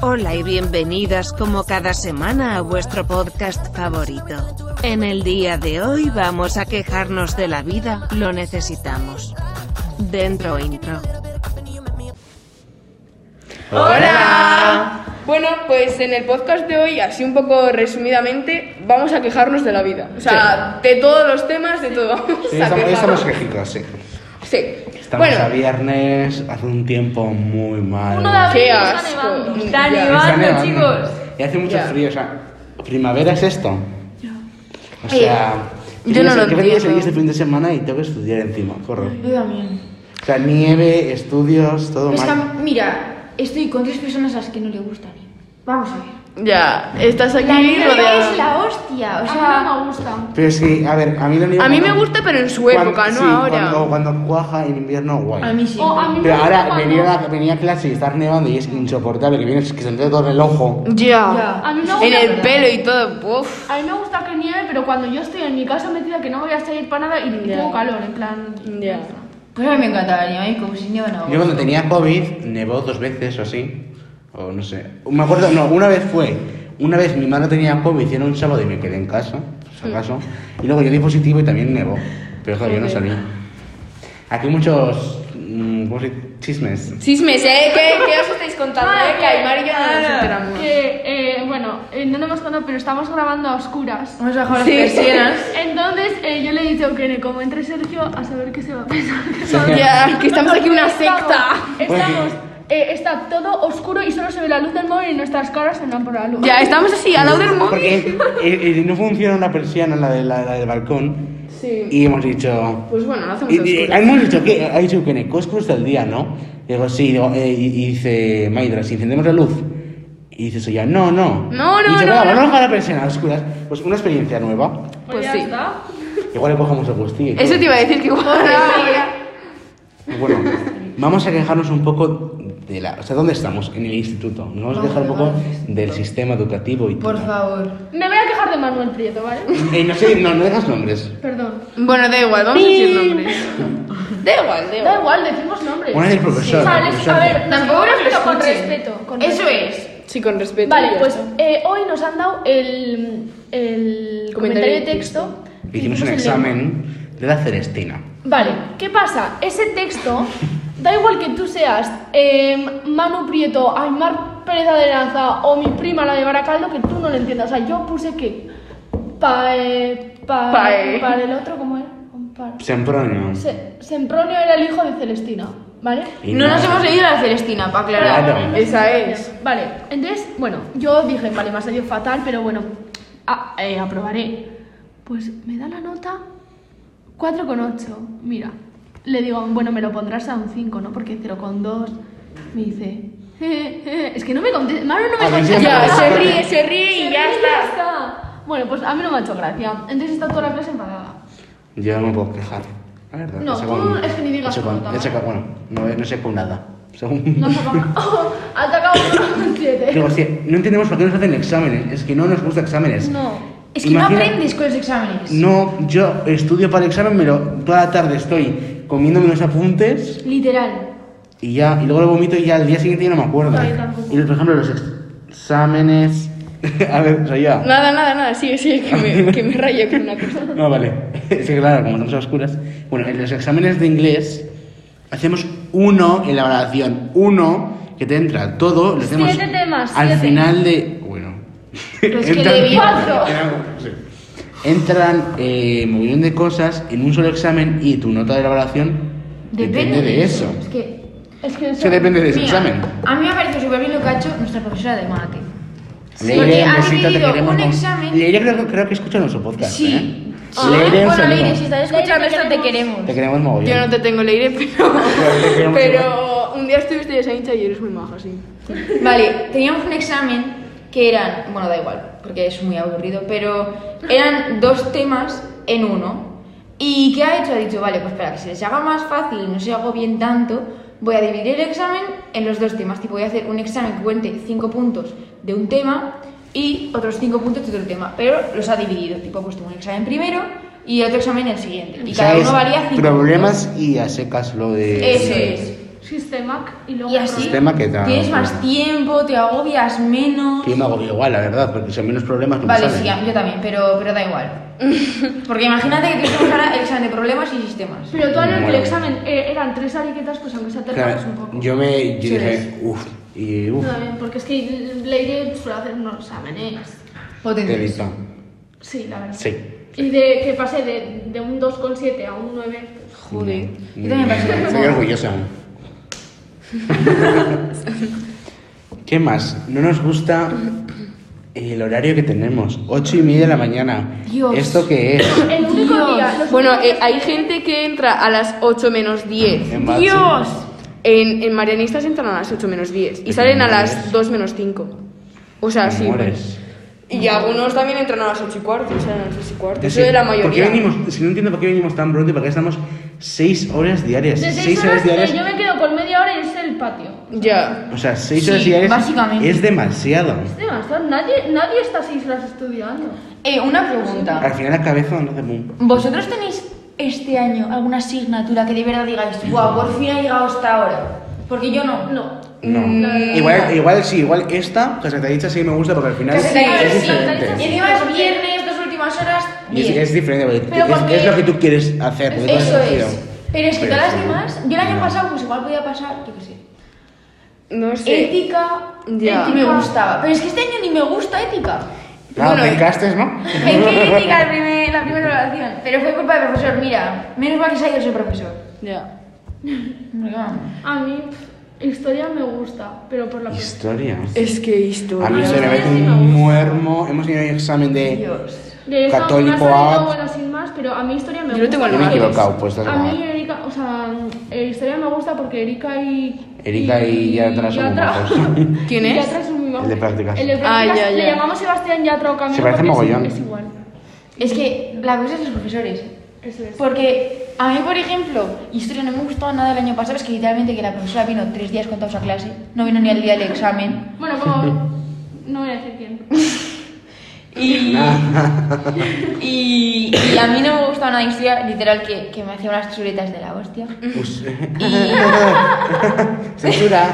Hola y bienvenidas como cada semana a vuestro podcast favorito. En el día de hoy vamos a quejarnos de la vida, lo necesitamos. Dentro intro. Hola. Bueno, pues en el podcast de hoy, así un poco resumidamente, vamos a quejarnos de la vida. O sea, de todos los temas, de todo. Vamos Sí, a estamos, quejarnos. estamos quejitos, sí. Sí. Estamos bueno, a viernes, hace un tiempo muy malo. Uno de abril Qué está asco. nevando. Está Está nevando, nevando. chicos. Y hace mucho Ya. frío, o sea, primavera es esto. O Oye, sea, yo tienes- no lo ¿qué venía a seguir entiendo. este fin de semana y tengo que estudiar encima, corro. Yo también. O sea, nieve, estudios, todo Es que, mal. mira, estoy con tres personas a las que no le gusta ni. Vamos a ver. ya, estás La aquí nieve es rodeado. la hostia. O A mí sea, no me gusta. Pero es que, a ver, a mí la nieve A mí me cuando- gusta, pero en su época, cuando- no sí, ahora. Cuando, cuando cuaja en invierno, guay. sí. O a mí Pero me ahora gusta venía cuando- a, venía a clase y estar nevando y es insoportable que vienes que se te todo el ojo. Ya. A mí me gusta- En el pelo y todo. Uf. A mí me gusta que nieve, pero cuando yo estoy en mi casa metida que no voy a salir para nada y ni Ya. tengo calor, en plan. Ya. Pues a mí me encanta la nieve, como si nieve no. Yo cuando tenía COVID nevó dos veces o así, o no sé. Me acuerdo, no, una vez fue, una vez mi mano tenía COVID, hicieron un sábado y me quedé en casa, por Mm. si acaso, y luego yo di positivo y también nevó, pero claro, yo no Joder. salí. Aquí muchos mm, ¿cómo se dice? chismes. Chismes, ¿eh? ¿Qué, qué os estáis contando, eh? Madre, Que Aymar y yo no nos enteramos. Que, eh, bueno, eh, no lo hemos contado, pero estamos grabando a oscuras. Vamos a bajar las Sí. persianas. Entonces eh, yo le he dicho que como entre Sergio, a saber qué se va a pensar. Ya, que estamos aquí una Estamos- secta. Estamos. eh, está todo oscuro y solo se ve la luz del móvil y nuestras caras se van por la luz. Ya, estamos así, al lado del móvil. Porque eh, eh, no funciona una persiana, la, de, la, la del balcón, Sí. y hemos dicho... Pues bueno, no hacemos Y, y- oscuras. hemos dicho que ha dicho que en el Costco está el día, ¿no? Digo, sí, digo, eh, y, y dice Maidra, si encendemos la luz. Y dice Soya, no, no. No, y no, dice, no, "Venga, no". Vamos a la persiana a oscuras. Pues una experiencia nueva. Pues sí. Igual le cojamos el gustillo. y todo. Eso te iba a decir que Bueno, vamos a quejarnos un poco de la. O sea, ¿dónde estamos? En el instituto. Nos vamos a quejar un poco del sistema educativo y Por todo. favor. Me voy a quejar de Manuel Prieto, ¿vale? Eh, no sé, no, no dejas nombres. Perdón. Bueno, da igual, vamos a decir nombres. Da igual, da Da igual. igual, decimos nombres. Una del O profesor. sea, del les- profesor. a ver, Tampoco nos lo pero con escuchen. respeto. con Eso respeto. es. Sí, con respeto. Vale, ya pues está. eh, hoy nos han dado el, el Comentario comentario de de texto. que Hicimos un en lengua. examen de la Celestina. Vale, ¿qué pasa? Ese texto, da igual que tú seas eh, Manu Prieto, Aymar Pérez Aderanza o mi prima la de Baracaldo, que tú no lo entiendas. O sea, yo puse que. Pa, eh, pa- Pae. para el otro, ¿cómo era? Un par- Sempronio. Se- Sempronio era el hijo de Celestina, ¿vale? Y No nada. nos hemos leído la Celestina, Ah, para aclarar. Claro. Esa es. Vale, entonces, bueno, yo dije, vale, me ha salido fatal, pero bueno, a- eh, aprobaré. Pues me da la nota 4,8. Mira, le digo, bueno, me lo pondrás a un 5, ¿no? Porque 0,2 me dice. "Eh, eh". Es que no me contesta. Maru no A me mí contesta. siempre me Ya, Vale. se ríe, se ríe Se y ya ríe y está. está. Bueno, pues a mí no me ha hecho gracia. Entonces está toda la clase enfadada. Yo no me puedo quejar, la verdad. No, sé tú con- es que ni digas no sé con- nota, no sé ¿vale? con- bueno, no, no sé con nada. Según... No, por favor. Oh, ha atacado un 7. Digo, hostia, no entendemos por qué nos hacen exámenes. Es que no nos gustan exámenes. No. Es que no Imagina- aprendes con los exámenes. No, yo estudio para el examen, pero toda la tarde estoy comiéndome los apuntes Literal. y ya, y luego lo vomito y ya al día siguiente ya no me acuerdo. No, yo tampoco. Y por ejemplo, los ex- exámenes. A ver, soy yo. Nada, nada, nada, sigue, sigue, que me, que me rayo con una cosa. No, vale. Es que claro, como estamos a oscuras. Bueno, en los exámenes de inglés hacemos uno en la oración. Uno que te entra todo. Lo hacemos Siete temas, Al siete. final de. Bueno. Pero es que debía- Cuatro. Sí. Entran eh, mogollón de cosas en un solo examen y tu nota de la oración depende, de eso. Es que. Es que Es que depende de ese Mira, examen. A mí me ha parecido súper bien lo que ha hecho nuestra profesora de mate. Leire, Porque ha besito, te dividido queremos. un con- examen- Leire creo, creo que escucha nuestro podcast, Sí. ¿eh? Leire, un bueno, saludo. Leire, si estás escuchando Leire, te esto, te queremos. queremos. Te queremos mogollón. Yo no te tengo leire, pero. Pero- Pero un día estuviste esa hincha y eres muy maja, sí. Vale, teníamos un examen que eran, bueno, da igual, porque es muy aburrido, pero eran dos temas en uno. ¿Y qué ha hecho? Ha dicho, vale, pues para que se les haga más fácil y no se agobien tanto, voy a dividir el examen en los dos temas. Tipo, voy a hacer un examen que cuente 5 puntos de un tema y otros 5 puntos de otro tema, pero los ha dividido. Tipo, ha puesto un examen primero y otro examen el siguiente. Y O sea, cada es uno varía 5 Problemas y a secas lo de. Eso es. O Sistemac y luego... Y así Sistema que te tienes agobia. más tiempo, te agobias menos. Que yo me agobio igual, la verdad, porque son menos problemas que me Vale, salen. sí, yo también, pero, pero da igual. Porque imagínate que tuviésemos ahora el examen de problemas y sistemas. Pero tú en el Bueno. examen eh, eran tres ariquetas, pues aunque sea te Claro, relajas un poco. yo me yo Sí, dije, uff, y uff, No, eh, porque es que Leire suele hacer unos exámenes. O te qué dices, listo. Sí, la verdad. Sí. Y de que pasé de, de un 2,7 a un 9, pues, Joder. Yo también pasé. Mm, Soy orgullosa. ¿Qué más? No nos gusta el horario que tenemos. Ocho y media de la mañana. Dios. ¿Esto qué es? El único Dios. día. los Bueno, únicos eh, hay días- gente que entra a las 8 menos 10. En Batsi. En, en Marianistas entran a las 8 menos 10 y Te salen a mueres. las 2 menos 5. O sea, Te sí. pues. mueres. Y algunos también entran a las 8 y cuarto, y salen a las 8 y cuarto. Eso Sí, de la ¿por qué mayoría. venimos? Si no entiendo por qué venimos tan pronto y por qué estamos seis horas diarias. De Seis 6 horas horas, diarias. eh, yo me quedo con media hora y es el patio. Ya. O sea, seis Sí, horas diarias básicamente. es demasiado. Demasiado, nadie, nadie está 6 horas estudiando. Eh, una pregunta. Al final la cabeza no hace boom. ¿Vosotros tenéis este año alguna asignatura que de verdad digáis, guau, por fin ha llegado hasta ahora? Porque yo no. No. No. Mm. Igual, igual sí, igual esta, que se te ha dicho sí me gusta porque al final Casi te ha dicho es sí, te ha diferente. dicho Y encima es viernes, dos últimas horas. Y es, bien. es diferente, porque Pero es, porque- es lo que tú quieres hacer. porque tú has Eso elegido. es. Pero es que Pero todas las sí. demás, yo el año No. pasado pues igual podía pasar, yo qué sé. No Eh, sé. Ética, Ya. ética me gustaba. Pero es que este año ni me gusta ética. Claro, Bueno, Ah, te castes, ¿no? ¿En qué ética el primer- la primera evaluación? Pero fue culpa del profesor, mira. Menos mal que se ha ido ese profesor. Ya. A mí, pff, historia me gusta, pero por la eh, Historia. Es que historia. A mí se me mete sí me un gusta. muermo. Hemos tenido un examen de. Dios. De esa Católico una sola ad. buena sin más, pero a mí historia me Yo no gusta. tengo Yo me he porque- equivocado, pues, estás A mal. mí Erika, o sea, eh, historia me gusta porque Erika y... Erika y Yatra son muy Yatra- majos. ¿Quién es? Yatra muy majo. El de prácticas. El de Ah, prácticas. ya, Le ya. llamamos Sebastián Yatra o Camilo Se parece porque es- mogollón. Es igual. Es que la cosa es los profesores. Eso es. Porque a mí, por ejemplo, historia no me gustaba nada el año pasado, es que literalmente que la profesora vino tres días contados a clase, no vino ni al día del examen. Bueno, como... No voy a decir quién. Y, y, y a mí no me gustaba nada historia, literal que, que me hacía unas chuletas de la hostia. Ups. Y, Censura.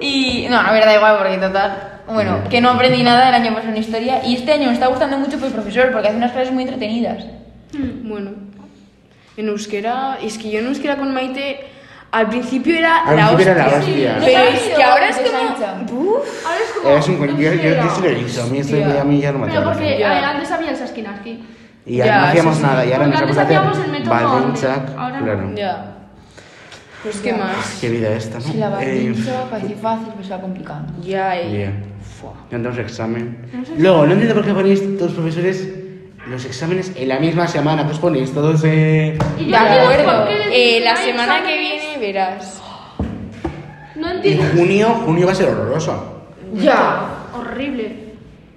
y- no, a ver, da igual porque total. Bueno, que no aprendí nada el año pasado en historia y este año me está gustando mucho por el profesor porque hace unas clases muy entretenidas. Bueno. En euskera. Es que yo en euskera con Maite. Al principio era Al la principio hostia. era la hostia. Pero ¿Te es has que ido ahora es de como. Sancha? Buf. Ahora es como... Es un cuento. Yo, yo, yo sí lo he visto. A mí, esto, Hostia. a mí ya no me Pero acuerdo. porque Ya. eh, antes había el Saskinaski. Y ya, Ya, no hacíamos sí, sí. nada. Y ahora nos Porque vamos a hacer. antes hacíamos el método Badenchak, antes, ahora no. Claro. Ya. Pues qué más. Qué vida esta, ¿no? Si la Eh, batiza parecía fácil, pero se va complicando. Ya, eh. Bien. Ya entramos al examen. Luego, no entiendo por qué ponéis todos los profesores los exámenes en la misma semana. Pues ponéis todos eh... Y yo De no entiendo acuerdo. pues, por qué decís Eh, que la no hay semana que viene exámenes. verás. No Y entiendo. junio, junio va a ser horroroso. Ya. Horrible.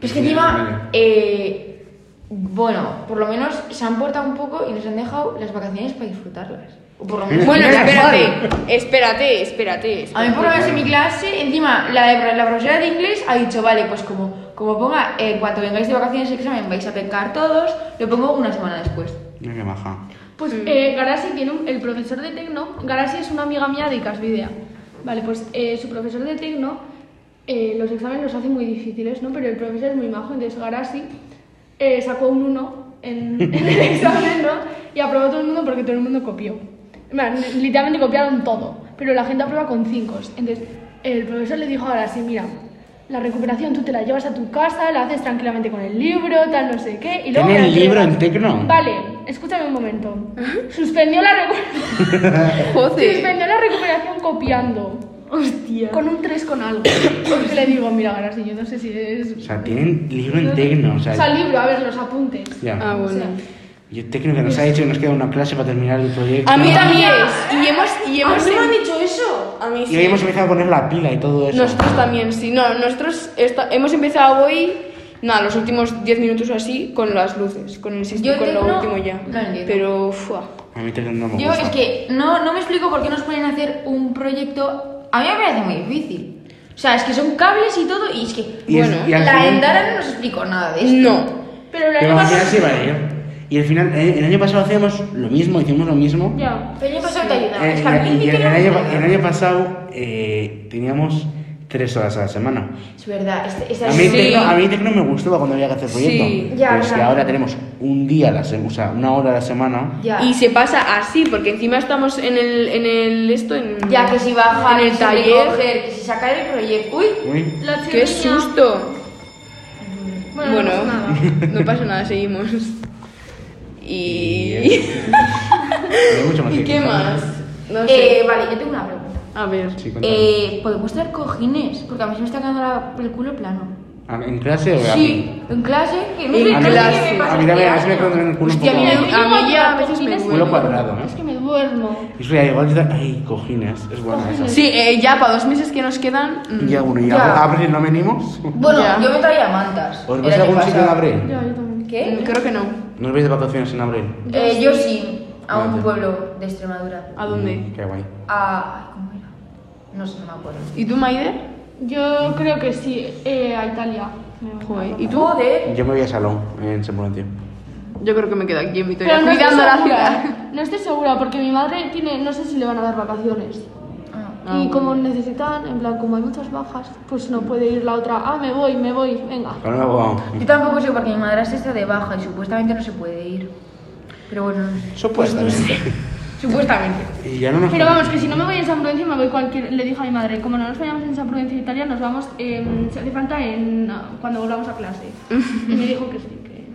Es que Vale, encima, vale. eh, bueno, por lo menos se han portado un poco y nos han dejado las vacaciones para disfrutarlas. O por lo menos. Bueno, Menos espérate, espérate, espérate. A mí por lo menos en mi clase, encima la, de- la profesora de inglés ha dicho, vale, pues como, como ponga, eh, en cuanto vengáis de vacaciones el examen vais a pecar todos, lo pongo una semana después. Mira qué maja. Pues eh, Garasi tiene un- el profesor de Tecno. Garasi es una amiga mía de Casvidea. Vale, pues eh, su profesor de Tecno, eh, los exámenes los hace muy difíciles, ¿no? Pero el profesor es muy majo, entonces Garasi eh, sacó un 1 en, en el examen, ¿no? Y aprobó todo el mundo porque todo el mundo copió. En plan, li- Literalmente copiaron todo, pero la gente aprueba con 5. Entonces el profesor le dijo a Garasi, mira, la recuperación tú te la llevas a tu casa, la haces tranquilamente con el libro, tal, no sé qué. Y luego ¿Tiene me el la libro en entregas". Tecno? Vale, escúchame un momento. Suspendió la, recu- Joder. suspendió la recuperación copiando. Hostia. Con un 3 con algo. Porque le digo, mira, ahora sí, yo no sé si es... O sea, tienen libro en Tecno. O O sea, sea, el libro, a ver, los apuntes. ya. Ah, bueno. Y el Tecno que nos ha hecho y nos queda una clase para terminar el proyecto. A mí también. Y hemos. Y hemos em- dicho eso? a mí Y hoy hemos empezado a poner la pila y todo eso. Nosotros también, sí. No, nosotros esta- hemos empezado hoy, nada, los últimos 10 minutos o así, con las luces, con el sistema, Yo con tengo- lo último ya. no entiendo. Pero, fuah. A mí Tecno no me Yo gusta. es que no, no me explico por qué nos ponen a hacer un proyecto. A mí me parece muy difícil. O sea, es que son cables y todo, y es que. Y es- bueno, y al la final- Endara no nos explicó nada de esto. No. Pero la Pero al año final pasado- sí va a ir. Y al final, eh, el año pasado hacíamos lo mismo, hicimos lo mismo. Ya. El año pasado te ayudaba. Eh, Es y que al y principio el, era año, un el tema. año pasado eh, teníamos tres horas a la semana. Es verdad, este- esta A mí, es Sí. tecno, a mí tecno me gustaba cuando había que hacer Sí, proyecto. ya, pero es que claro. ahora tenemos un día a la semana, o sea, una hora a la semana. Ya. Y se pasa así, porque encima estamos en el, en el esto, en, Ya que si baja en el taller. que si saca el proyecto. Uy, Uy, La ¡Qué chirriña. susto! Bueno, Bueno. no pasa nada. No pasa nada, seguimos. Y... Y- hay mucho más ¿Y que qué más? No eh, sé. vale, yo tengo una pregunta. A ver. Sí, cuéntame. Eh, ¿Podemos traer cojines? Porque a mí se me está quedando la- el culo plano. ¿A- ¿En clase o Sí, en clase. Que no sé, En no sé clase. qué me pasa A mí también, a veces este me año. quedo en el culo un Hostia, poco- mira, yo A mí llego ya a veces con me cojines duele. Culo cuadrado, ¿no? Es que me duermo. Eso ya igual dice, ay, cojines, es buena esa. Sí, eh, ya para dos meses que nos quedan. mm, Ya, bueno, ya, Ya. abril no venimos. Bueno, Ya. yo me traía mantas. ¿Os el vais Pues a año algún sitio en pasado. abril? Ya, yo también. mm, ¿Qué? Creo que no. ¿No os vais de vacaciones en abril? Eh, yo sí, a un Vale. pueblo de Extremadura. ¿A dónde? Mm, qué guay. A. ay, ¿Cómo era? No sé, no me acuerdo. ¿Y tú, Maider? Yo creo que sí, eh, a Italia. Me voy. Joder, ¿Y tú? Joder. Yo me voy a Salón en San Valentín. Yo creo que me quedo aquí en Vitoria Pero no estoy cuidando la ciudad. segura. No estoy segura porque mi madre tiene, no sé si le van a dar vacaciones. Ah. Ah, y como bueno. necesitan, en plan, como hay muchas bajas, pues no puede ir la otra. Ah, me voy, me voy, venga. Ahora me voy. Yo tampoco sé porque mi madrastra está de baja y supuestamente no se puede ir. Pero bueno, no sé. Supuestamente. Supuestamente. Y ya no nos Pero vamos, que si no me voy en San Prudencio, me voy cualquier. Le dije a mi madre, como no nos vayamos en San Prudencio Italia, nos vamos, em, si hace falta, en, ah, cuando volvamos a clase. y me dijo que sí, que.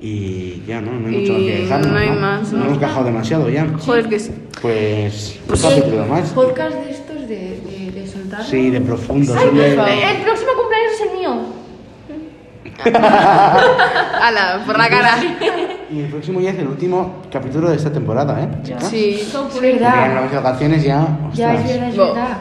Y ya, ¿no? No hay Y mucho más que dejarnos, no hay más, ¿no? hemos gajado demasiado ya. Joder, que sí. Pues, un capítulo más. Podcast de estos de, de, de soltar. Sí, de profundo. ¡Ay! sobre- el próximo cumpleaños es el mío. Ala, por la cara. Y el próximo ya es el último capítulo de esta temporada, ¿eh? Ya. Sí. So Es pretty. Ya verdad. las vacaciones ya. Ya, ostras. es verdad, es Bo. verdad.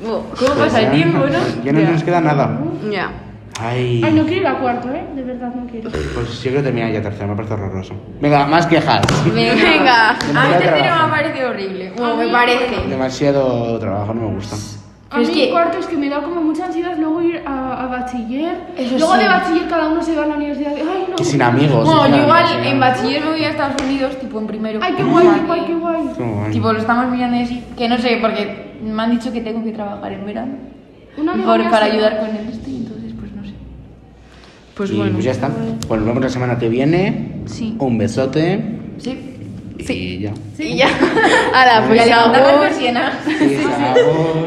Bu, ¿Cómo pasa el Ya- tiempo, no? Ya no Ya. nos queda nada. Ya. Ay. Ay, no quiero ir a cuarto, ¿eh? De verdad, no quiero. Pues yo creo que terminar ya tercero, me parece horroroso. Venga, más quejas. Venga. A mí Ya tercero me trabaja. ha parecido horrible. A Bueno, mí- me parece. Demasiado trabajo, no me gusta. A Pero mí es que- cuarto es que me da como mucha ansiedad luego ir a, a bachiller. Eso luego sí. de bachiller cada uno se va a la universidad. Ay, no. Y sin amigos. Bueno, sin yo amigos, igual sin en amigos. bachiller me voy a Estados Unidos, tipo en primero. Ay, qué Con guay, qué nadie. guay, qué guay. Qué guay. Tipo, lo estamos mirando y así. Que no sé, porque me han dicho que tengo que trabajar en verano. Una amiga Por- mía para se- ayudar con el este, entonces pues no sé. Pues y bueno. pues ya está. Pues nos vemos la semana que viene. Sí. Un besote. Sí. Y ya. Y ya. Ala, Y pues pues a levantar las agur. persianas. Sí, sabor.